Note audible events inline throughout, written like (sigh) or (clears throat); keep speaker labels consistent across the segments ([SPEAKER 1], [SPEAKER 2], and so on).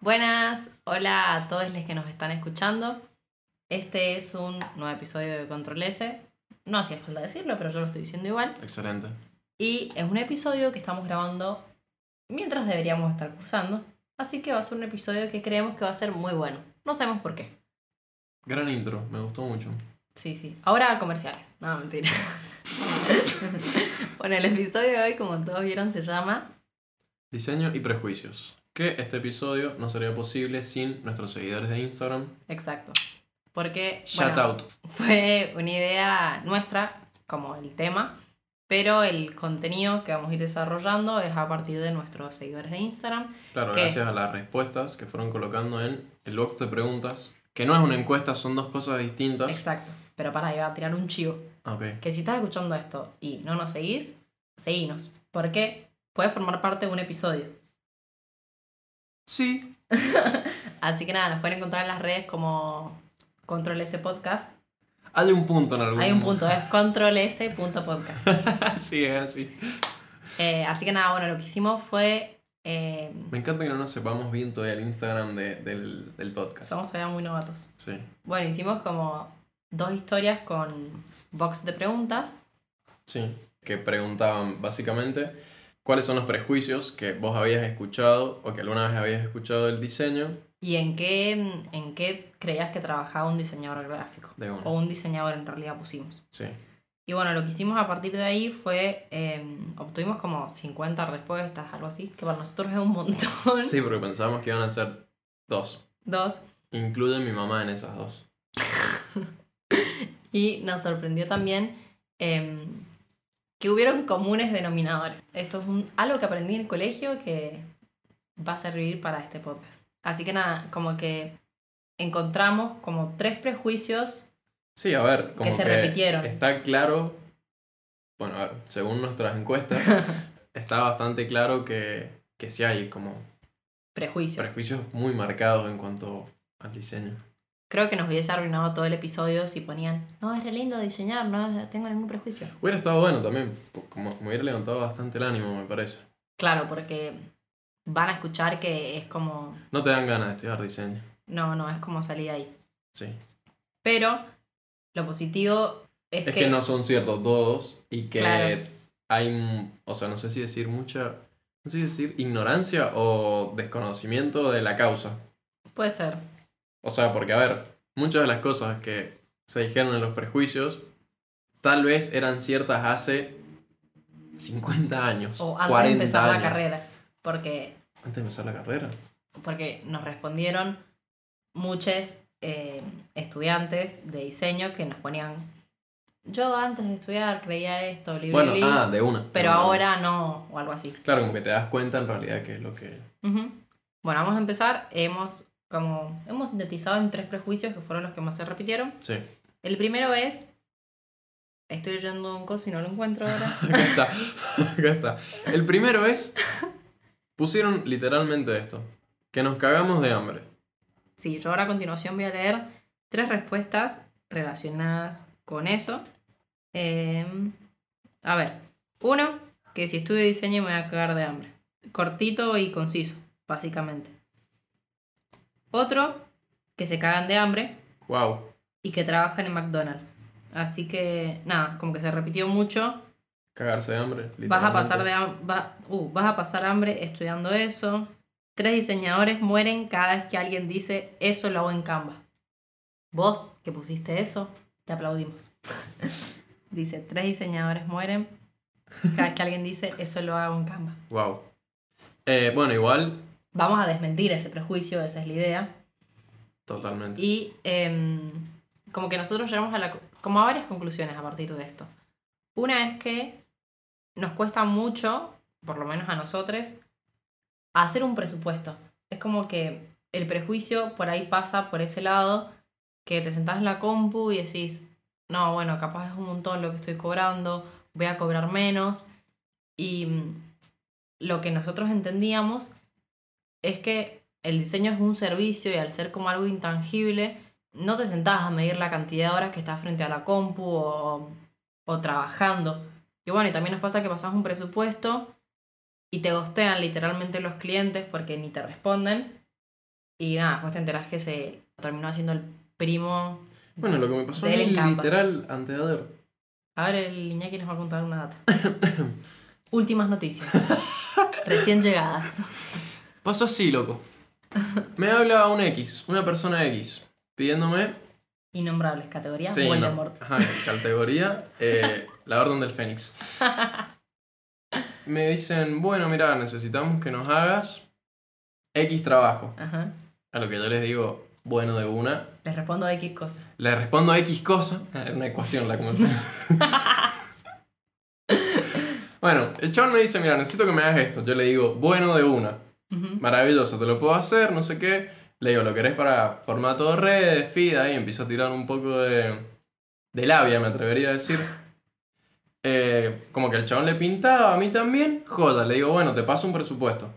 [SPEAKER 1] Buenas, hola a todos los que nos están escuchando. Este es un nuevo episodio de Control S. No hacía falta decirlo, pero yo lo estoy diciendo igual.
[SPEAKER 2] Excelente.
[SPEAKER 1] Y es un episodio que estamos grabando mientras deberíamos estar cursando. Así que va a ser un episodio que creemos que va a ser muy bueno. No sabemos por qué.
[SPEAKER 2] Gran intro, me gustó mucho.
[SPEAKER 1] Sí, sí. Ahora comerciales. No, mentira. (laughs) bueno, el episodio de hoy, como todos vieron, se llama
[SPEAKER 2] Diseño y prejuicios. Que este episodio no sería posible sin nuestros seguidores de Instagram.
[SPEAKER 1] Exacto. Porque
[SPEAKER 2] Shout
[SPEAKER 1] bueno,
[SPEAKER 2] out.
[SPEAKER 1] fue una idea nuestra, como el tema, pero el contenido que vamos a ir desarrollando es a partir de nuestros seguidores de Instagram.
[SPEAKER 2] Claro,
[SPEAKER 1] ¿qué?
[SPEAKER 2] gracias a las respuestas que fueron colocando en el box de preguntas. Que no es una encuesta, son dos cosas distintas.
[SPEAKER 1] Exacto. Pero para, iba a tirar un chivo.
[SPEAKER 2] Ah, ok.
[SPEAKER 1] Que si estás escuchando esto y no nos seguís, seguinos. Porque puedes formar parte de un episodio.
[SPEAKER 2] Sí.
[SPEAKER 1] Así que nada, nos pueden encontrar en las redes como Control S Podcast.
[SPEAKER 2] Hay un punto en algún
[SPEAKER 1] Hay un punto, es control S.podcast.
[SPEAKER 2] (laughs) sí, es así.
[SPEAKER 1] Eh, así que nada, bueno, lo que hicimos fue. eh,
[SPEAKER 2] Me encanta que no nos sepamos bien todavía el Instagram de- del, del podcast.
[SPEAKER 1] somos todavía muy novatos.
[SPEAKER 2] Sí.
[SPEAKER 1] Bueno, hicimos como dos historias con box de preguntas.
[SPEAKER 2] Sí, que preguntaban básicamente cuáles son los prejuicios que vos habías escuchado o que alguna vez habías escuchado del diseño
[SPEAKER 1] ¿Y en qué, en qué creías que trabajaba un diseñador gráfico?
[SPEAKER 2] de
[SPEAKER 1] O
[SPEAKER 2] uno.
[SPEAKER 1] un diseñador en realidad pusimos.
[SPEAKER 2] Sí,
[SPEAKER 1] Y bueno, lo que hicimos a partir de ahí fue, eh, obtuvimos como 50 respuestas, algo así, que para nosotros es un montón.
[SPEAKER 2] sí, porque pensábamos que iban a ser dos.
[SPEAKER 1] Dos.
[SPEAKER 2] Incluye a mi mamá en esas dos.
[SPEAKER 1] Y nos sorprendió también eh, que hubieron comunes denominadores. Esto es un- algo que aprendí en el colegio que va a servir para este podcast. Así que nada, como que encontramos como tres prejuicios.
[SPEAKER 2] Sí, a ver, como
[SPEAKER 1] se repitieron.
[SPEAKER 2] Está claro, bueno, a ver, según nuestras encuestas,
[SPEAKER 1] (laughs)
[SPEAKER 2] está bastante claro que, que sí hay como
[SPEAKER 1] Prejuicios.
[SPEAKER 2] prejuicios muy marcados en cuanto al diseño.
[SPEAKER 1] Creo que nos hubiese arruinado todo el episodio si ponían, no, es re lindo diseñar, no tengo ningún prejuicio.
[SPEAKER 2] Hubiera estado bueno también, pues, como me hubiera levantado bastante el ánimo, me parece.
[SPEAKER 1] Claro, porque van a escuchar que es como,
[SPEAKER 2] No te dan ganas de estudiar diseño.
[SPEAKER 1] no, no, es como salir de ahí.
[SPEAKER 2] Sí.
[SPEAKER 1] Pero lo positivo es,
[SPEAKER 2] Es
[SPEAKER 1] que,
[SPEAKER 2] que no son ciertos todos y que
[SPEAKER 1] Claro.
[SPEAKER 2] hay, m- o sea, no sé si decir mucha, no sé si decir ignorancia o desconocimiento de la causa.
[SPEAKER 1] puede ser.
[SPEAKER 2] O sea, porque a ver, muchas de las cosas que se dijeron en los prejuicios tal vez eran ciertas hace 50 años.
[SPEAKER 1] O antes de
[SPEAKER 2] 40
[SPEAKER 1] empezar la
[SPEAKER 2] años.
[SPEAKER 1] carrera. Porque,
[SPEAKER 2] Antes de empezar la carrera.
[SPEAKER 1] porque nos respondieron muchos eh, estudiantes de diseño que nos ponían. Yo antes de estudiar creía esto, bli, bli,
[SPEAKER 2] Bueno,
[SPEAKER 1] bli,
[SPEAKER 2] ah, de una. de
[SPEAKER 1] pero
[SPEAKER 2] una.
[SPEAKER 1] ahora no, o algo así.
[SPEAKER 2] Claro, como que te das cuenta en realidad que es lo que...
[SPEAKER 1] Ujú. Bueno, vamos a empezar. Hemos, como, hemos sintetizado en tres prejuicios que fueron los que más se repitieron.
[SPEAKER 2] Sí. (laughs)
[SPEAKER 1] El primero es. Estoy oyendo un coso y no lo encuentro ahora.
[SPEAKER 2] Acá está. Acá está. El primero es. Pusieron literalmente esto: que nos cagamos de hambre.
[SPEAKER 1] Sí, yo ahora a continuación voy a leer tres respuestas relacionadas con eso. Eh, a ver, uno, que si estudio diseño me voy a cagar de hambre. Cortito y conciso, básicamente. Otro, que se cagan de hambre
[SPEAKER 2] Wow.
[SPEAKER 1] y que trabajan en McDonald's. Así que, nada, como que se repitió mucho.
[SPEAKER 2] Cagarse de hambre.
[SPEAKER 1] Vas a
[SPEAKER 2] literalmente.
[SPEAKER 1] pasar de ham- va- uh, vas a pasar hambre estudiando eso. Tres diseñadores mueren cada vez que alguien dice eso lo hago en Canva. Vos que pusiste eso, te aplaudimos. (laughs) dice, tres diseñadores mueren cada vez que alguien dice eso lo hago en Canva.
[SPEAKER 2] Wow. Eh, bueno, igual,
[SPEAKER 1] Vamos a desmentir ese prejuicio, esa es la idea.
[SPEAKER 2] totalmente.
[SPEAKER 1] Y em, como que nosotros llegamos a, la, co- como a varias conclusiones a partir de esto. Una es que nos cuesta mucho, por lo menos a nosotros, hacer un presupuesto. Es como que el prejuicio por ahí pasa por ese lado, que te sentás en la compu y decís, no, bueno, capaz es un montón lo que estoy cobrando, voy a cobrar menos. Y mm, lo que nosotros entendíamos es que el diseño es un servicio y al ser como algo intangible, no te sentás a medir la cantidad de horas que estás frente a la compu o, o trabajando. Y bueno, y también nos pasa que pasás un presupuesto y te gostean literalmente los clientes porque ni te responden. Y nada, después te enterás que se terminó haciendo el primo.
[SPEAKER 2] Bueno, lo que me pasó a
[SPEAKER 1] De él
[SPEAKER 2] mí
[SPEAKER 1] en Canva.
[SPEAKER 2] literal antes de ayer.
[SPEAKER 1] A ver, el Iñaki nos va a contar una data. (coughs) Últimas noticias.
[SPEAKER 2] (laughs)
[SPEAKER 1] Recién llegadas.
[SPEAKER 2] Pasó así, loco. Me habla un X, una persona X, pidiéndome.
[SPEAKER 1] Innombrables. Categoría
[SPEAKER 2] Sí,
[SPEAKER 1] Voldemort.
[SPEAKER 2] no. Ajá, categoría. eh, la Orden del Fénix. Me dicen, bueno, mira, necesitamos que nos hagas X trabajo.
[SPEAKER 1] Ajá.
[SPEAKER 2] A lo que yo les digo, bueno, de una.
[SPEAKER 1] Les respondo X cosas.
[SPEAKER 2] Le respondo a X cosa. Ah, Era una ecuación la como se llama. (laughs) Bueno, el chabón me dice, mira, necesito que me hagas esto. Yo le digo, bueno, de una.
[SPEAKER 1] Ujú.
[SPEAKER 2] Maravilloso, te lo puedo hacer, no sé qué. Le digo, ¿lo querés para formato de redes, FIDA? Y empiezo a tirar un poco de, de labia, me atrevería a decir. Eh, como que el chabón le pintaba, a mí también. Joda, le digo, bueno, te paso un presupuesto.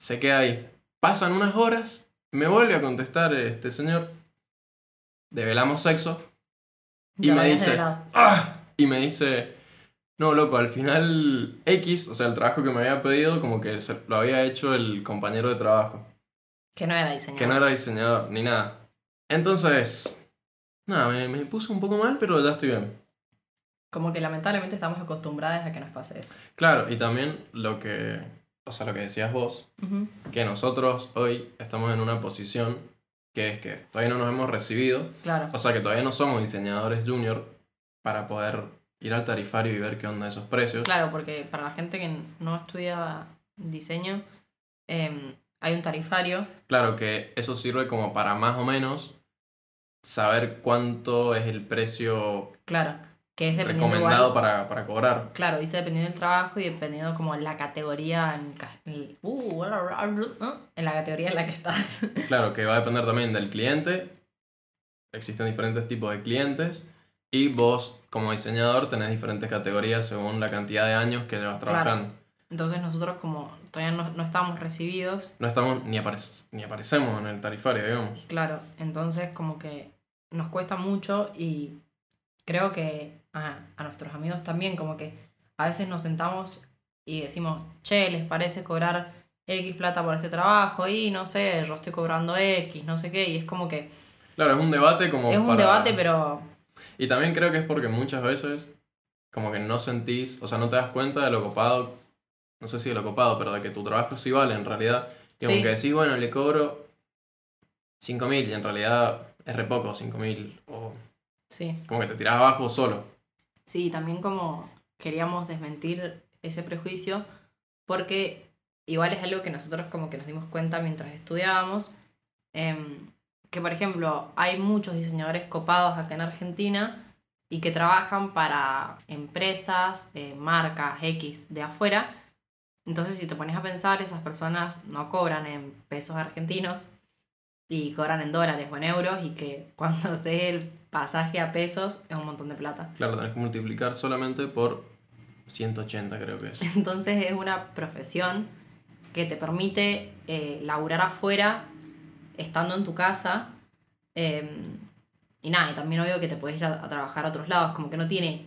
[SPEAKER 2] Se queda ahí. Pasan unas horas, me vuelve a contestar este señor. Develamos sexo. Y
[SPEAKER 1] Ya
[SPEAKER 2] me
[SPEAKER 1] lo habías
[SPEAKER 2] dice-
[SPEAKER 1] revelado.
[SPEAKER 2] ¡Ah! Y me dice, no, loco, al final X, o sea, el trabajo que me había pedido, como que se- lo había hecho el compañero de trabajo,
[SPEAKER 1] Que no era diseñador.
[SPEAKER 2] que no era diseñador ni nada. Entonces, nada, me, me puso un poco mal, pero ya estoy bien.
[SPEAKER 1] Como que lamentablemente estamos acostumbradas a que nos pase eso.
[SPEAKER 2] Claro, y también lo que, o sea, lo que decías vos,
[SPEAKER 1] Ujú.
[SPEAKER 2] que nosotros hoy estamos en una posición que es que todavía no nos hemos recibido,
[SPEAKER 1] Claro.
[SPEAKER 2] o sea, que todavía no somos diseñadores junior para poder ir al tarifario y ver qué onda esos precios.
[SPEAKER 1] Claro, porque para la gente que no estudia diseño, em, hay un tarifario.
[SPEAKER 2] Claro que eso sirve como para más o menos saber cuánto es el precio
[SPEAKER 1] Claro. Que es dependiendo igual-
[SPEAKER 2] recomendado para, para cobrar.
[SPEAKER 1] Claro, dice dependiendo del trabajo y dependiendo como la categoría en, ca- en- uh, bla, bla, bla, ¿no? en la categoría en la que estás. (laughs)
[SPEAKER 2] Claro que va a depender también del cliente. Existen diferentes tipos de clientes. Y vos, como diseñador, tenés diferentes categorías según la cantidad de años que llevas
[SPEAKER 1] Claro.
[SPEAKER 2] trabajando.
[SPEAKER 1] Entonces nosotros como todavía no, no estamos recibidos,
[SPEAKER 2] No estamos ni, aparec- ni aparecemos en el tarifario, digamos.
[SPEAKER 1] claro, entonces como que nos cuesta mucho y creo que a, a nuestros amigos también como que a veces nos sentamos y decimos, che, ¿les parece cobrar X plata por este trabajo? Y no sé, yo estoy cobrando X, no sé qué, y es como que
[SPEAKER 2] Claro, es un debate como
[SPEAKER 1] es un
[SPEAKER 2] para-
[SPEAKER 1] debate, pero
[SPEAKER 2] Y también creo que es porque muchas veces como que no sentís, o sea, no te das cuenta de lo copado, no sé si de lo copado, pero de que tu trabajo sí vale en realidad. Y
[SPEAKER 1] Sí.
[SPEAKER 2] aunque decís, bueno, le cobro 5.000 y en realidad es re poco 5.000, o
[SPEAKER 1] sí.
[SPEAKER 2] como que te tirás abajo solo.
[SPEAKER 1] Sí, también como queríamos desmentir ese prejuicio, porque igual es algo que nosotros como que nos dimos cuenta mientras estudiábamos, em, que por ejemplo hay muchos diseñadores copados acá en Argentina y que trabajan para empresas, eh, marcas X de afuera. Entonces si te pones a pensar, esas personas no cobran en pesos argentinos y cobran en dólares o en euros y que cuando (laughs) haces el pasaje a pesos es un montón de plata.
[SPEAKER 2] Claro, tenés que multiplicar solamente por 180 creo que es.
[SPEAKER 1] Entonces es una profesión que te permite eh, laburar afuera, estando en tu casa. eh, y nada, y también obvio que te puedes ir a, a trabajar a otros lados, como que no tiene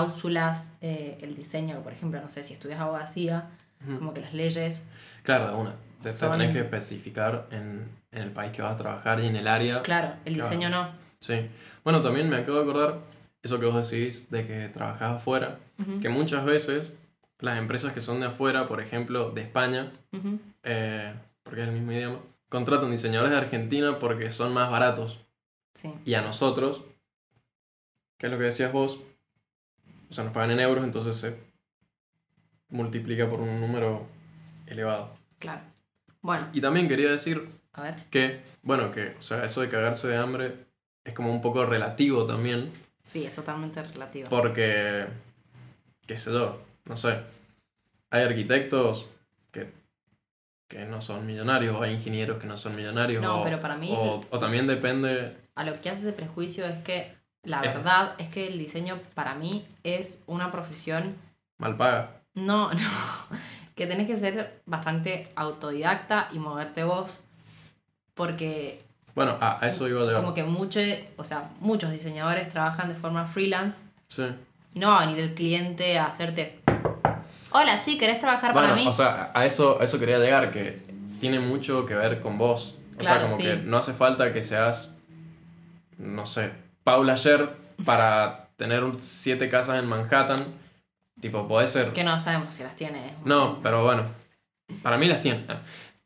[SPEAKER 1] cláusulas eh, el diseño, por ejemplo, no sé, si estudias abogacía,
[SPEAKER 2] Ujú.
[SPEAKER 1] como que las leyes,
[SPEAKER 2] Claro, de una. Te, te
[SPEAKER 1] Son-
[SPEAKER 2] tenés que especificar en, en el país que vas a trabajar y en el área.
[SPEAKER 1] claro, el diseño no.
[SPEAKER 2] Sí. Bueno, también me acabo de acordar eso que vos decís de que trabajás afuera.
[SPEAKER 1] Ujú,
[SPEAKER 2] que muchas veces las empresas que son de afuera, por ejemplo, de España,
[SPEAKER 1] ujú.
[SPEAKER 2] eh, porque es el mismo idioma, contratan diseñadores de Argentina porque son más baratos.
[SPEAKER 1] Sí,
[SPEAKER 2] Y a nosotros, que es lo que decías vos, o sea, nos pagan en euros, entonces se multiplica por un número elevado.
[SPEAKER 1] claro. Bueno,
[SPEAKER 2] Y también quería decir
[SPEAKER 1] a ver,
[SPEAKER 2] que, bueno, que, o sea, eso de cagarse de hambre es como un poco relativo también,
[SPEAKER 1] sí, es totalmente relativo.
[SPEAKER 2] Porque, qué sé yo, no sé. Hay arquitectos que, que no son millonarios, o hay ingenieros que no son millonarios.
[SPEAKER 1] No,
[SPEAKER 2] o,
[SPEAKER 1] pero para mí-
[SPEAKER 2] O, o también depende.
[SPEAKER 1] a lo que hace ese prejuicio es que la
[SPEAKER 2] Es-
[SPEAKER 1] verdad es que el diseño para mí es una profesión
[SPEAKER 2] Mal paga.
[SPEAKER 1] No, (laughs) no. Que tenés que ser bastante autodidacta y moverte vos. Porque
[SPEAKER 2] Bueno, a, a eso iba a llegar.
[SPEAKER 1] como que mucho, o sea, muchos diseñadores trabajan de forma freelance
[SPEAKER 2] Sí.
[SPEAKER 1] y no va a venir el cliente a hacerte. Hola, sí, ¿querés trabajar para
[SPEAKER 2] Bueno,
[SPEAKER 1] mí?
[SPEAKER 2] o sea, a eso, a eso quería llegar, que tiene mucho que ver con vos. O sea,
[SPEAKER 1] Claro,
[SPEAKER 2] como
[SPEAKER 1] sí.
[SPEAKER 2] que no hace falta que seas, no sé, Paula Sher para tener un- siete casas en Manhattan. Tipo, puede ser.
[SPEAKER 1] Que no sabemos si las tiene.
[SPEAKER 2] No, pero bueno. Para mí las tiene. Ah,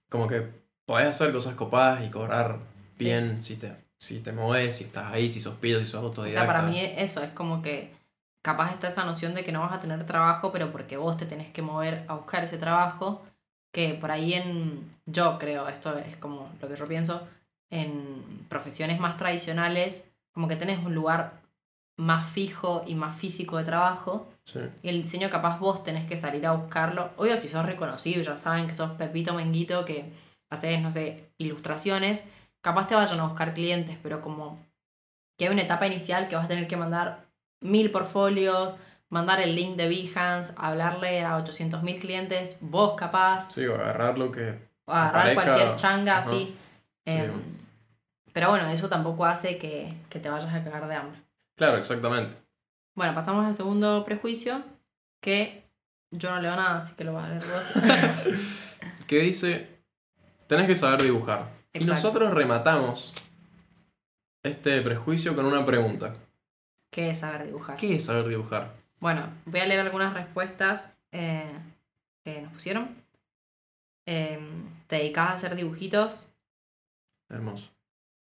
[SPEAKER 2] Como que podés hacer cosas copadas y cobrar
[SPEAKER 1] Sí.
[SPEAKER 2] bien si te, si te mueves, si estás ahí, si sos pillo, si sos
[SPEAKER 1] O
[SPEAKER 2] autodidacta.
[SPEAKER 1] sea, para mí eso es como que capaz está esa noción de que no vas a tener trabajo, pero porque vos te tenés que mover a buscar ese trabajo, que por ahí en, yo creo, esto es como lo que yo pienso, en profesiones más tradicionales, como que tenés un lugar más fijo y más físico de trabajo,
[SPEAKER 2] Sí.
[SPEAKER 1] y el diseño capaz vos tenés que salir a buscarlo. Obvio, si sos reconocido, ya saben que sos Pepito Menguito, que haces, no sé, ilustraciones, capaz te vayan a buscar clientes, pero como que hay una etapa inicial que vas a tener que mandar mil portfolios, mandar el link de Behance, hablarle a 800 mil clientes, vos capaz,
[SPEAKER 2] Sí, o agarrar lo que.
[SPEAKER 1] o agarrar
[SPEAKER 2] Aparezca,
[SPEAKER 1] cualquier changa
[SPEAKER 2] ajá.
[SPEAKER 1] así. Em,
[SPEAKER 2] bueno.
[SPEAKER 1] pero bueno, eso tampoco hace que, que te vayas a cagar de hambre.
[SPEAKER 2] Claro, exactamente.
[SPEAKER 1] Bueno, pasamos al segundo prejuicio, que yo no leo nada, así que lo vas a leer vos. (laughs)
[SPEAKER 2] Que dice: Tenés que saber dibujar. Y
[SPEAKER 1] Exacto.
[SPEAKER 2] nosotros rematamos este prejuicio con una pregunta:
[SPEAKER 1] ¿Qué es saber dibujar?
[SPEAKER 2] ¿Qué es saber dibujar?
[SPEAKER 1] Bueno, voy a leer algunas respuestas eh, que nos pusieron. Eh, te dedicas a hacer dibujitos,
[SPEAKER 2] Hermoso.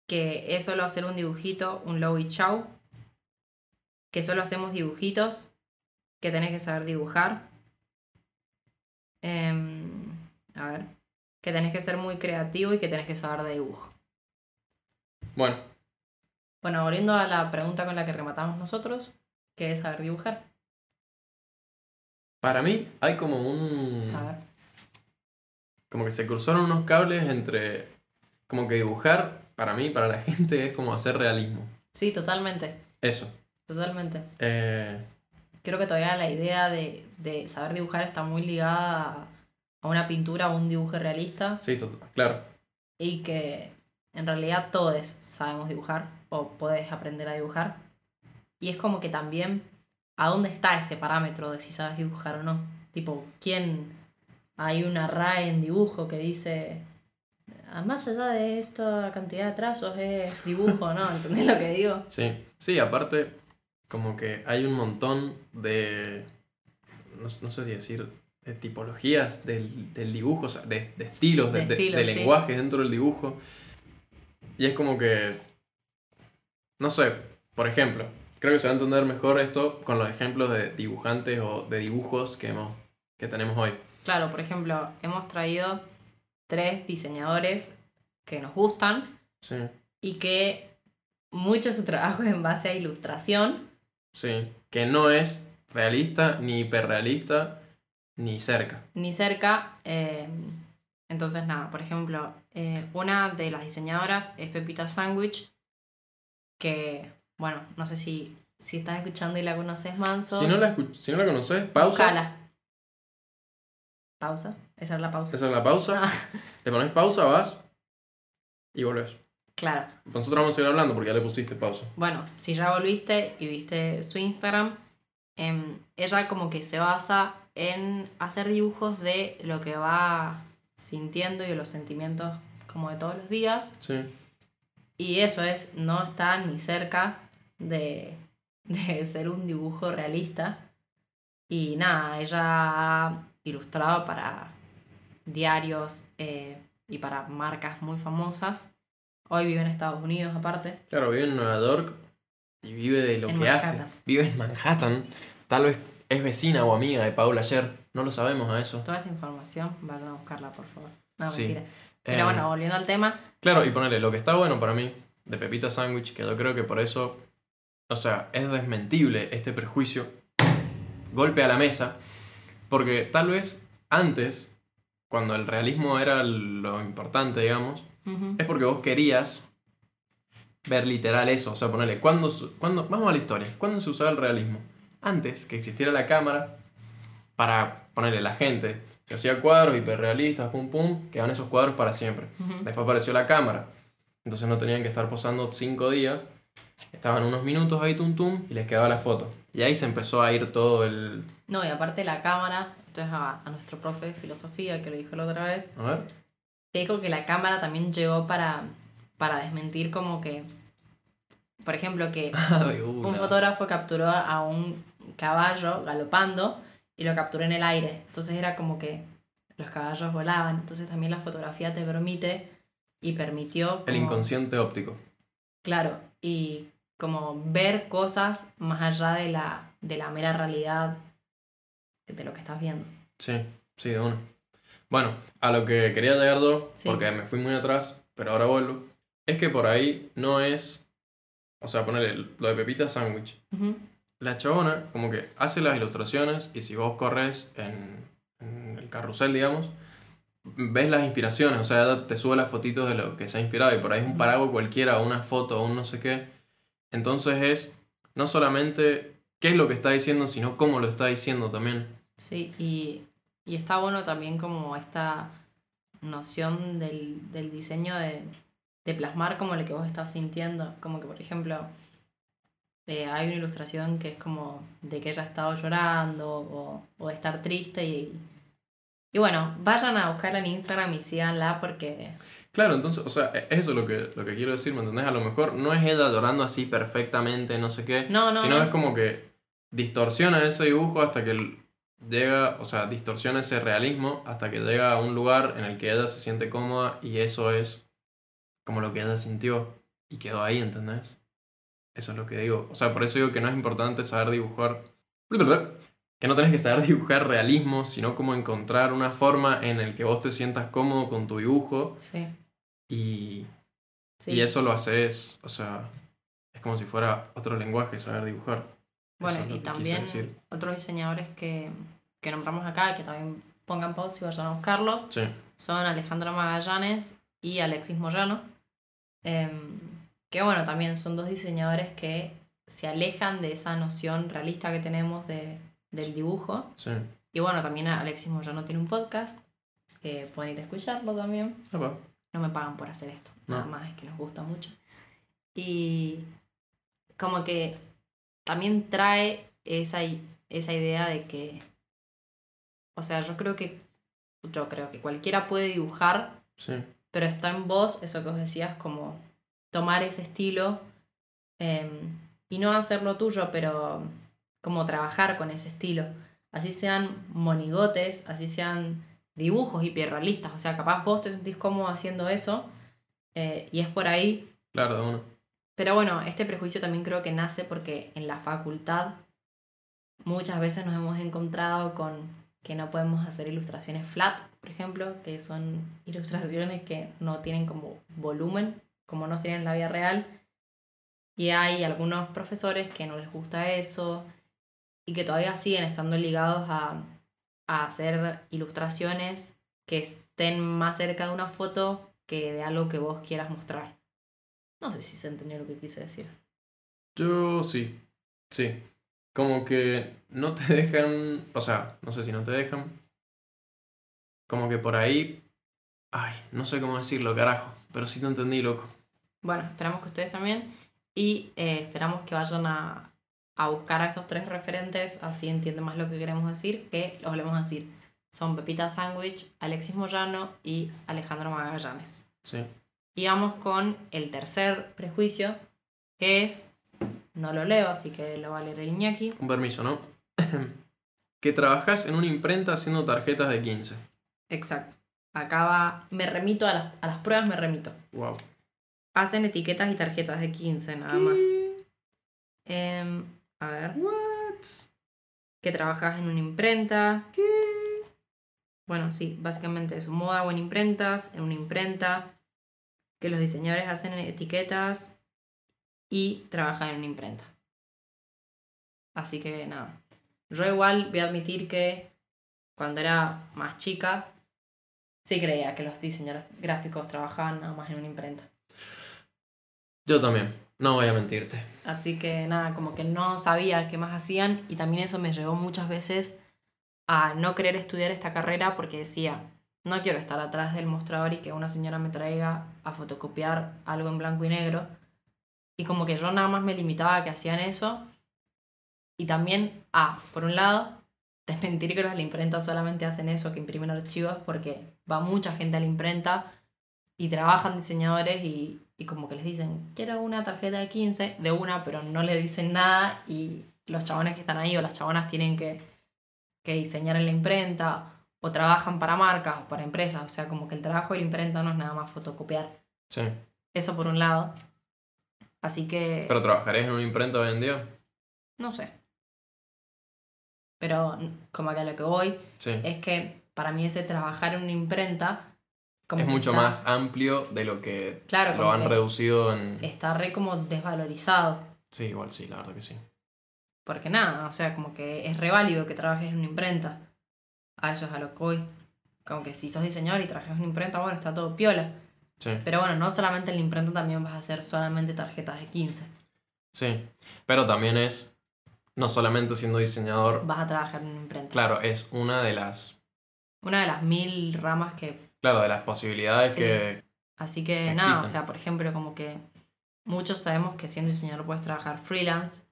[SPEAKER 1] que es solo hacer un dibujito, un logo y chau. Que solo hacemos dibujitos, que tenés que saber dibujar. Em, a ver. Que tenés que ser muy creativo y que tenés que saber de dibujo.
[SPEAKER 2] Bueno,
[SPEAKER 1] Bueno, volviendo a la pregunta con la que rematamos nosotros, que es saber dibujar.
[SPEAKER 2] para mí hay como
[SPEAKER 1] A
[SPEAKER 2] un.
[SPEAKER 1] ver.
[SPEAKER 2] Como que se cruzaron unos cables entre. Como que dibujar, para mí, para la (laughs) gente, es como hacer realismo.
[SPEAKER 1] Sí, totalmente,
[SPEAKER 2] Eso.
[SPEAKER 1] totalmente.
[SPEAKER 2] Eh,
[SPEAKER 1] Creo que todavía la idea de, de saber dibujar está muy ligada a, a una pintura o un dibujo realista
[SPEAKER 2] sí, total, claro.
[SPEAKER 1] y que en realidad todos sabemos dibujar o podés aprender a dibujar. Y es como que también, ¿a dónde está ese parámetro de si sabes dibujar o no? Tipo, ¿quién? Hay una RAE en dibujo que dice, "Ah, más allá de esta cantidad de trazos es dibujo, ¿no? (laughs) ¿Entendés lo que digo?
[SPEAKER 2] Sí. Sí, aparte, como que hay un montón de. No, no sé si decir. De tipologías del, del dibujo, o sea, de, de estilos, de,
[SPEAKER 1] De
[SPEAKER 2] de-
[SPEAKER 1] estilos,
[SPEAKER 2] de
[SPEAKER 1] sí.
[SPEAKER 2] lenguajes dentro del dibujo. Y es como que. No sé, por ejemplo, creo que se va a entender mejor esto con los ejemplos de dibujantes o de dibujos que, hemos, que tenemos hoy.
[SPEAKER 1] Claro, por ejemplo, hemos traído tres diseñadores que nos gustan,
[SPEAKER 2] Sí.
[SPEAKER 1] y que mucho su trabajo es en base a ilustración.
[SPEAKER 2] Sí. Que no es realista, ni hiperrealista, ni cerca.
[SPEAKER 1] ni cerca. eh, entonces, nada, por ejemplo, eh, una de las diseñadoras es Pepita Sandwich, que, bueno, no sé si, si estás escuchando y la conoces, Manso.
[SPEAKER 2] Si no la, escuch- si no la conoces, pausa.
[SPEAKER 1] búscala. Pausa, esa es la pausa.
[SPEAKER 2] Esa es la pausa.
[SPEAKER 1] Ah.
[SPEAKER 2] Le pones pausa, vas y volvés.
[SPEAKER 1] Claro.
[SPEAKER 2] Nosotros vamos a seguir hablando porque ya le pusiste pausa.
[SPEAKER 1] Bueno, si ya volviste y viste su Instagram, em, ella como que se basa en hacer dibujos de lo que va sintiendo y de los sentimientos como de todos los días.
[SPEAKER 2] Sí.
[SPEAKER 1] Y eso es, no está ni cerca de, de ser un dibujo realista. Y nada, ella ha ilustrado para diarios eh, y para marcas muy famosas. Hoy vive en Estados Unidos aparte.
[SPEAKER 2] Claro, vive en Nueva York y vive de lo
[SPEAKER 1] En
[SPEAKER 2] que
[SPEAKER 1] Manhattan.
[SPEAKER 2] hace. Vive en Manhattan. Tal vez es vecina o amiga de Paula ayer. No lo sabemos a eso.
[SPEAKER 1] Toda esta información, vayan a buscarla por favor. No,
[SPEAKER 2] Sí.
[SPEAKER 1] mentira. Pero
[SPEAKER 2] Eh,
[SPEAKER 1] bueno, volviendo al tema,
[SPEAKER 2] Claro, y ponele, lo que está bueno para mí de Pepita Sandwich, que yo creo que por eso, o sea, es desmentible este prejuicio, golpe a la mesa, porque tal vez antes, cuando el realismo era lo importante, digamos,
[SPEAKER 1] ujú,
[SPEAKER 2] es porque vos querías ver literal eso, o sea, ponele, ¿cuándo, su- cuándo- vamos a la historia, ¿cuándo se usaba el realismo? Antes que existiera la cámara, para ponerle la gente, se hacía cuadros hiperrealistas, pum pum, quedaban esos cuadros para siempre.
[SPEAKER 1] ujú.
[SPEAKER 2] Después apareció la cámara. Entonces no tenían que estar posando cinco días. Estaban unos minutos ahí, tum tum, y les quedaba la foto. Y ahí se empezó a ir todo el.
[SPEAKER 1] No, y aparte la cámara, entonces a, a nuestro profe de filosofía que lo dijo la otra vez,
[SPEAKER 2] A ver.
[SPEAKER 1] que dijo que la cámara también llegó para, para desmentir como que, por ejemplo, que
[SPEAKER 2] (laughs) De una.
[SPEAKER 1] un fotógrafo capturó a un caballo galopando y lo capturó en el aire. Entonces era como que los caballos volaban. Entonces también la fotografía te permite y permitió...
[SPEAKER 2] El
[SPEAKER 1] como-
[SPEAKER 2] inconsciente óptico.
[SPEAKER 1] Claro, y como ver cosas más allá de la, de la mera realidad de lo que estás viendo.
[SPEAKER 2] Sí, sí, de una. Bueno, a lo que quería llegar yo,
[SPEAKER 1] Sí.
[SPEAKER 2] porque me fui muy atrás, pero ahora vuelvo, es que por ahí no es. O sea, ponerle lo de Pepita Sandwich.
[SPEAKER 1] Ujú,
[SPEAKER 2] La chabona, como que hace las ilustraciones y si vos corres en, en el carrusel, digamos, ves las inspiraciones, o sea, te sube las fotitos de lo que se ha inspirado y por ahí es un
[SPEAKER 1] Ujú.
[SPEAKER 2] paraguas cualquiera, o una foto, o un no sé qué. Entonces es no solamente qué es lo que está diciendo, sino cómo lo está diciendo también.
[SPEAKER 1] Sí, y, y está bueno también como esta noción del, del diseño de, de plasmar como lo que vos estás sintiendo. Como que, por ejemplo, eh, hay una ilustración que es como de que ella ha estado llorando o, o de estar triste y... Y bueno, vayan a buscarla en Instagram y síganla porque...
[SPEAKER 2] Claro, entonces, o sea, e- eso es lo que, lo que quiero decir, ¿me entendés? A lo mejor no es ella llorando así perfectamente, no sé qué,
[SPEAKER 1] No, no,
[SPEAKER 2] sino
[SPEAKER 1] no.
[SPEAKER 2] es como que distorsiona ese dibujo hasta que l- llega, o sea, distorsiona ese realismo hasta que llega a un lugar en el que ella se siente cómoda y eso es como lo que ella sintió y quedó ahí, ¿entendés? Eso es lo que digo. O sea, por eso digo que no es importante saber dibujar. Que no tenés que saber dibujar realismo, sino como encontrar una forma en el que vos te sientas cómodo con tu dibujo
[SPEAKER 1] Sí,
[SPEAKER 2] y
[SPEAKER 1] sí.
[SPEAKER 2] y eso lo haces, o sea, es como si fuera otro lenguaje saber dibujar.
[SPEAKER 1] Bueno,
[SPEAKER 2] Eso es lo
[SPEAKER 1] y
[SPEAKER 2] que quise
[SPEAKER 1] también
[SPEAKER 2] decir.
[SPEAKER 1] otros diseñadores que, que nombramos acá, que también pongan post y vayan a buscarlos,
[SPEAKER 2] Sí,
[SPEAKER 1] son Alejandro Magallanes y Alexis Moyano. Em, que bueno, también son dos diseñadores que se alejan de esa noción realista que tenemos de, del dibujo.
[SPEAKER 2] sí.
[SPEAKER 1] Y bueno, también Alexis Moyano tiene un podcast, que pueden ir a escucharlo también
[SPEAKER 2] Epa.
[SPEAKER 1] no me pagan por hacer esto.
[SPEAKER 2] No.
[SPEAKER 1] Nada más es que nos gusta mucho. Y como que también trae esa, i- esa idea de que, o sea, yo creo que, yo creo que cualquiera puede dibujar,
[SPEAKER 2] Sí,
[SPEAKER 1] pero está en vos, eso que os decías, como tomar ese estilo em, y no hacerlo tuyo, pero como trabajar con ese estilo. Así sean monigotes, así sean dibujos hiperrealistas. O sea, capaz vos te sentís cómodo haciendo eso eh, y es por ahí.
[SPEAKER 2] claro, de una.
[SPEAKER 1] Pero bueno, este prejuicio también creo que nace porque en la facultad muchas veces nos hemos encontrado con que no podemos hacer ilustraciones flat, por ejemplo, que son ilustraciones que no tienen como volumen, como no serían en la vida real. Y hay algunos profesores que no les gusta eso y que todavía siguen estando ligados a, a hacer ilustraciones que estén más cerca de una foto que de algo que vos quieras mostrar. No sé si se entendió lo que quise decir.
[SPEAKER 2] Yo sí, sí. Como que no te (laughs) dejan, o sea, no sé si no te dejan. Como que por ahí, ay, no sé cómo decirlo, carajo, pero sí te entendí, loco.
[SPEAKER 1] Bueno, esperamos que ustedes también y eh, esperamos que vayan a, a buscar a estos tres referentes, así entienden más lo que queremos decir, que los volvemos a decir. Son Pepita Sandwich, Alexis Moyano y Alejandro Magallanes.
[SPEAKER 2] Sí.
[SPEAKER 1] Y vamos con el tercer prejuicio, que es, no lo leo, así que lo va a leer el Iñaki.
[SPEAKER 2] Un permiso, ¿no? (coughs) que trabajas en una imprenta haciendo tarjetas de 15.
[SPEAKER 1] Exacto. Acaba, me remito a las, a las pruebas, me remito.
[SPEAKER 2] Wow.
[SPEAKER 1] Hacen etiquetas y tarjetas de 15 nada más.
[SPEAKER 2] Mm.
[SPEAKER 1] Em, a ver.
[SPEAKER 2] What?
[SPEAKER 1] que trabajas en una imprenta. Bueno, sí, básicamente eso. Moda o en imprentas, en una imprenta, que los diseñadores hacen etiquetas y trabajan en una imprenta. Así que nada. Yo igual voy a admitir que cuando era más chica, sí creía que los diseñadores gráficos trabajaban nada más en una imprenta.
[SPEAKER 2] Yo también, no voy a mentirte.
[SPEAKER 1] Así que nada, como que no sabía qué más hacían y también eso me llevó muchas veces a no querer estudiar esta carrera porque decía, no quiero estar atrás del mostrador y que una señora me traiga a fotocopiar algo en blanco y negro. Y como que yo nada más me limitaba a que hacían eso. Y también a, por un lado, (laughs) desmentir que los de la imprenta solamente hacen eso, que imprimen archivos, porque va mucha gente a la imprenta y trabajan diseñadores y, y como que les dicen, quiero una tarjeta de 15, de una, pero no le dicen nada y los chabones que están ahí o las chabonas tienen que, que diseñar en la imprenta o trabajan para marcas o para empresas, o sea, como que el trabajo de la imprenta no es nada más fotocopiar.
[SPEAKER 2] Sí.
[SPEAKER 1] Eso por un lado. Así que,
[SPEAKER 2] ¿Pero trabajarías en una imprenta hoy en día?
[SPEAKER 1] no sé. Pero como que a lo que voy
[SPEAKER 2] Sí.
[SPEAKER 1] es que para mí ese trabajar en una imprenta como
[SPEAKER 2] Es
[SPEAKER 1] que
[SPEAKER 2] mucho
[SPEAKER 1] está-
[SPEAKER 2] más amplio de lo que
[SPEAKER 1] claro
[SPEAKER 2] lo
[SPEAKER 1] como
[SPEAKER 2] han
[SPEAKER 1] que
[SPEAKER 2] reducido en...
[SPEAKER 1] está re como desvalorizado
[SPEAKER 2] Sí, igual sí, la verdad que sí.
[SPEAKER 1] porque nada o sea como que es re válido que trabajes en una imprenta a eso es a lo que voy como que si sos diseñador y trabajas en una imprenta bueno está todo piola
[SPEAKER 2] Sí.
[SPEAKER 1] pero bueno no solamente en la imprenta también vas a hacer solamente tarjetas de 15
[SPEAKER 2] Sí. Pero también es, no solamente siendo diseñador,
[SPEAKER 1] vas a trabajar en una imprenta
[SPEAKER 2] claro, es una de las,
[SPEAKER 1] una de las mil ramas que
[SPEAKER 2] claro, de las posibilidades
[SPEAKER 1] Sí.
[SPEAKER 2] que...
[SPEAKER 1] Así que
[SPEAKER 2] Que
[SPEAKER 1] nada, o
[SPEAKER 2] existan.
[SPEAKER 1] sea, por ejemplo, como que muchos sabemos que siendo diseñador puedes trabajar freelance,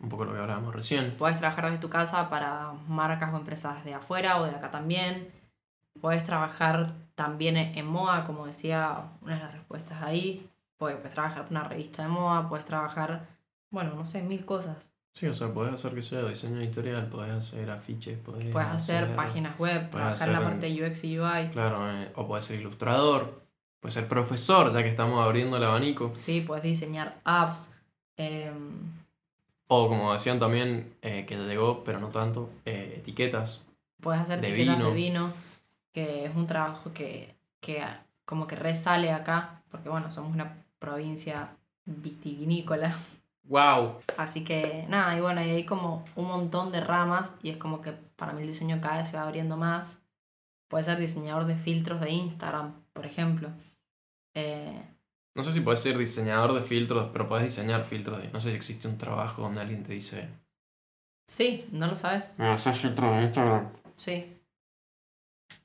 [SPEAKER 2] Un poco lo que hablábamos recién.
[SPEAKER 1] puedes trabajar desde tu casa para marcas o empresas de afuera o de acá también, puedes trabajar también en en moda, como decía una de las respuestas ahí, puedes, puedes trabajar en una revista de moda, puedes trabajar, bueno, no sé, mil cosas,
[SPEAKER 2] Sí, o sea, podés hacer que sea diseño editorial, podés hacer afiches, podés...
[SPEAKER 1] puedes hacer páginas web, trabajar en la
[SPEAKER 2] hacer-
[SPEAKER 1] parte de UX y UI,
[SPEAKER 2] Claro, eh, o puede ser ilustrador, puede ser profesor, ya que estamos abriendo el abanico.
[SPEAKER 1] sí, puedes diseñar apps. em,
[SPEAKER 2] O como decían también, eh, que llegó, pero no tanto, eh, etiquetas.
[SPEAKER 1] Puedes hacer
[SPEAKER 2] De
[SPEAKER 1] etiquetas
[SPEAKER 2] vino.
[SPEAKER 1] de vino, que es un trabajo que, que a- como que resale acá, porque bueno, somos una provincia vitivinícola.
[SPEAKER 2] ¡Wow!
[SPEAKER 1] Así que nada, y bueno, y hay como un montón de ramas y es como que para mí el diseño cada vez se va abriendo más. Puedes ser diseñador de filtros de Instagram, por ejemplo. Eh,
[SPEAKER 2] No sé si puedes ser diseñador de filtros, pero puedes diseñar filtros. de- No sé si existe un trabajo donde alguien te dice...
[SPEAKER 1] sí, no lo sabes.
[SPEAKER 2] Me haces filtro de Instagram.
[SPEAKER 1] Sí,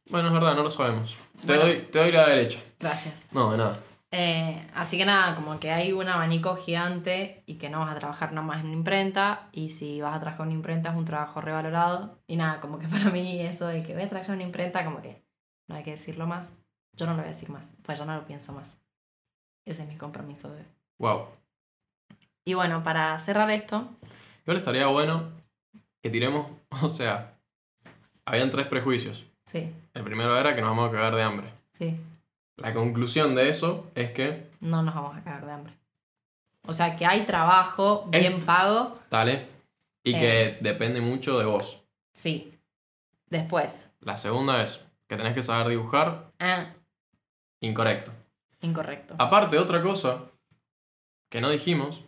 [SPEAKER 2] Bueno, es verdad, no lo sabemos. Te,
[SPEAKER 1] Bueno.
[SPEAKER 2] doy, te doy la derecha.
[SPEAKER 1] gracias.
[SPEAKER 2] No, de nada.
[SPEAKER 1] Eh, así que nada, como que hay un abanico gigante y que no vas a trabajar nada más en una imprenta y si vas a trabajar en una imprenta es un trabajo revalorado y nada, como que (laughs) para mí eso de que voy a trabajar en una imprenta como que no hay que decirlo más, yo no lo voy a decir más, pues ya no lo pienso más. Ese es mi compromiso de...
[SPEAKER 2] ¡Wow!
[SPEAKER 1] Y bueno, para cerrar esto,
[SPEAKER 2] Igual estaría bueno que tiremos... (laughs) O sea, habían tres prejuicios.
[SPEAKER 1] sí,
[SPEAKER 2] El primero era que nos vamos a cagar de hambre.
[SPEAKER 1] sí,
[SPEAKER 2] La conclusión de eso es que...
[SPEAKER 1] no nos vamos a cagar de hambre. O sea que hay trabajo bien pago,
[SPEAKER 2] Dale. Y que depende mucho de vos.
[SPEAKER 1] sí. Después,
[SPEAKER 2] La segunda es que tenés que saber dibujar.
[SPEAKER 1] ah,
[SPEAKER 2] Incorrecto.
[SPEAKER 1] incorrecto.
[SPEAKER 2] Aparte, otra cosa que no dijimos,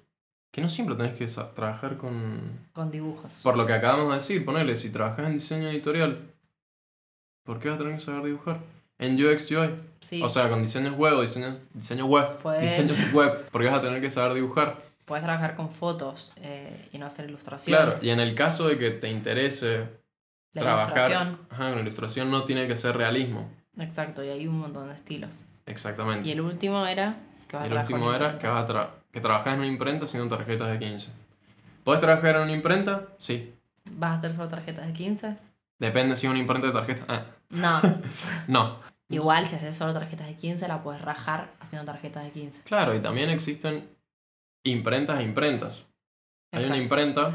[SPEAKER 2] que no siempre tenés que sa- trabajar con...
[SPEAKER 1] Con dibujos.
[SPEAKER 2] Por lo que acabamos de decir, ponele, si trabajas en diseño editorial, ¿por qué vas a tener que saber dibujar? En UX UI.
[SPEAKER 1] Sí.
[SPEAKER 2] O sea, con diseños web o diseños, diseño web.
[SPEAKER 1] Pues- (laughs)
[SPEAKER 2] Diseños web. Porque vas a tener que saber dibujar.
[SPEAKER 1] Puedes trabajar con fotos eh, y no hacer ilustraciones.
[SPEAKER 2] Claro. Y en el caso de que te interese
[SPEAKER 1] La
[SPEAKER 2] trabajar
[SPEAKER 1] ilustración.
[SPEAKER 2] ajá, con ilustración, no tiene que ser realismo.
[SPEAKER 1] Exacto, y hay un montón de estilos.
[SPEAKER 2] Exactamente.
[SPEAKER 1] Y el último era que vas a
[SPEAKER 2] El
[SPEAKER 1] trabajar
[SPEAKER 2] último
[SPEAKER 1] en
[SPEAKER 2] era que,
[SPEAKER 1] imprenta.
[SPEAKER 2] vas a tra- que trabajas en una imprenta haciendo tarjetas de 15. ¿Puedes trabajar en una imprenta? Sí.
[SPEAKER 1] ¿Vas a hacer solo tarjetas de 15?
[SPEAKER 2] Depende si es una imprenta de tarjetas. Ah, (laughs)
[SPEAKER 1] No.
[SPEAKER 2] no.
[SPEAKER 1] Igual si haces solo tarjetas de 15, la puedes rajar haciendo tarjetas de 15.
[SPEAKER 2] Claro, y también existen imprentas e imprentas. Hay una
[SPEAKER 1] Exacto.
[SPEAKER 2] imprenta.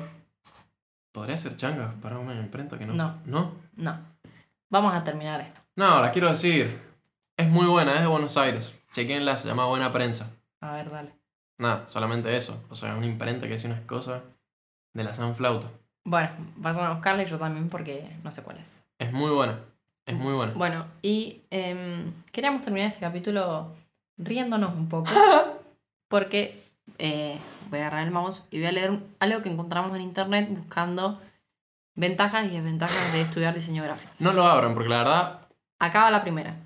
[SPEAKER 2] ¿Podría ser changas para una imprenta que no?
[SPEAKER 1] No.
[SPEAKER 2] ¿No?
[SPEAKER 1] No. Vamos a terminar esto.
[SPEAKER 2] No, la quiero decir. Es muy buena, es de Buenos Aires. Chequenla, se llama Buena Prensa.
[SPEAKER 1] A ver, dale.
[SPEAKER 2] Nada, solamente eso. O sea, es una imprenta que hace unas cosas de la sanflauta.
[SPEAKER 1] Bueno, vayan a buscarla y yo también porque no sé cuál es.
[SPEAKER 2] Es muy buena. Es muy buena.
[SPEAKER 1] Bueno, y em, queríamos terminar este capítulo riéndonos un poco, porque eh, voy a agarrar el mouse y voy a leer un- algo que encontramos en internet buscando ventajas y desventajas de estudiar diseño gráfico.
[SPEAKER 2] No lo abran, porque la verdad
[SPEAKER 1] Acá va la primera.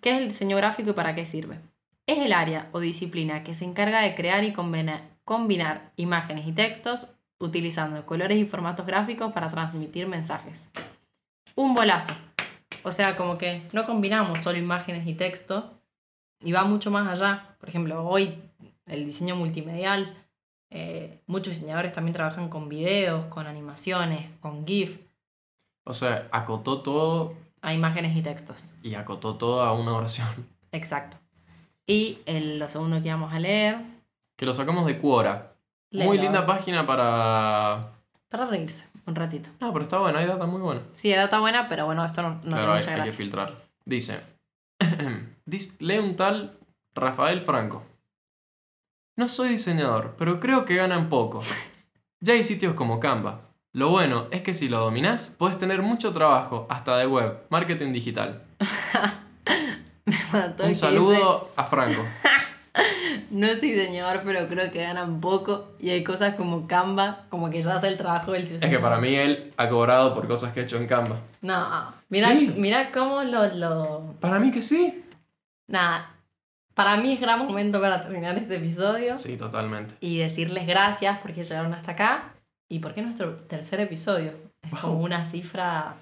[SPEAKER 1] ¿Qué es el diseño gráfico y para qué sirve? Es el área o disciplina que se encarga de crear y combina- combinar imágenes y textos utilizando colores y formatos gráficos para transmitir mensajes. Un bolazo. O sea, como que no combinamos solo imágenes y texto y va mucho más allá. Por ejemplo, hoy el diseño multimedial, eh, muchos diseñadores también trabajan con videos, con animaciones, con GIF,
[SPEAKER 2] O sea, acotó todo
[SPEAKER 1] a imágenes y textos.
[SPEAKER 2] y acotó todo a una oración. (laughs)
[SPEAKER 1] Exacto. Y el- lo segundo que íbamos a leer,
[SPEAKER 2] Que lo sacamos de Quora. Muy
[SPEAKER 1] Léelo.
[SPEAKER 2] linda página para.
[SPEAKER 1] para reírse, un ratito.
[SPEAKER 2] Ah, pero está buena, hay data muy buena.
[SPEAKER 1] Sí, hay data buena, pero bueno, esto no, no
[SPEAKER 2] Claro,
[SPEAKER 1] tiene
[SPEAKER 2] hay,
[SPEAKER 1] mucha
[SPEAKER 2] hay que
[SPEAKER 1] (laughs) gracia.
[SPEAKER 2] filtrar. Dice, (clears throat) dis- lee un tal Rafael Franco. No soy diseñador, pero creo que ganan poco. Ya hay sitios como Canva. Lo bueno es que si lo dominás, puedes tener mucho trabajo, hasta de web, marketing digital.
[SPEAKER 1] Todo el que
[SPEAKER 2] Un saludo a Franco.
[SPEAKER 1] dice, no soy diseñador, pero creo que ganan poco. Y hay cosas como Canva, como que ya hace el trabajo del
[SPEAKER 2] Es que para mí él ha cobrado por cosas que ha hecho en Canva.
[SPEAKER 1] No, mira,
[SPEAKER 2] Sí.
[SPEAKER 1] mira cómo lo, lo...
[SPEAKER 2] Para mí que sí.
[SPEAKER 1] Nada, para mí es gran momento para terminar este episodio.
[SPEAKER 2] Sí, totalmente.
[SPEAKER 1] y decirles gracias porque llegaron hasta acá y porque es nuestro tercer episodio. Es
[SPEAKER 2] Wow.
[SPEAKER 1] como una cifra.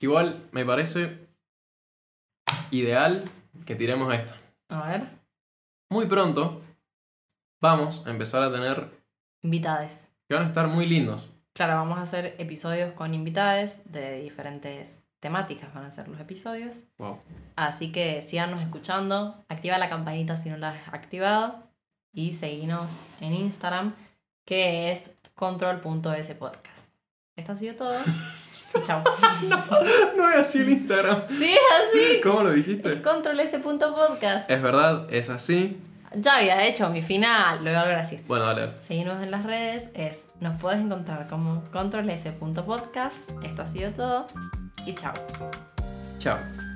[SPEAKER 2] Igual me parece ideal que tiremos esto.
[SPEAKER 1] A ver,
[SPEAKER 2] muy pronto vamos a empezar a tener
[SPEAKER 1] invitades.
[SPEAKER 2] que van a estar muy lindos.
[SPEAKER 1] Claro, vamos a hacer episodios con invitades de diferentes temáticas, van a ser los episodios.
[SPEAKER 2] Wow. (laughs)
[SPEAKER 1] Así que síganos escuchando, activa la campanita si no la has activado y seguinos en Instagram que es control.spodcast. Esto ha sido todo. Y chao.
[SPEAKER 2] No es así el Instagram.
[SPEAKER 1] Sí, es
[SPEAKER 2] ¿Cómo lo
[SPEAKER 1] así.
[SPEAKER 2] dijiste?
[SPEAKER 1] Control podcast.
[SPEAKER 2] Es verdad, es así.
[SPEAKER 1] Ya había hecho mi final, lo voy a volver a decir.
[SPEAKER 2] Bueno, dale. dale.
[SPEAKER 1] Seguirnos en las redes, es, nos puedes encontrar como controls.podcast. Esto ha sido todo y chao.
[SPEAKER 2] Chao.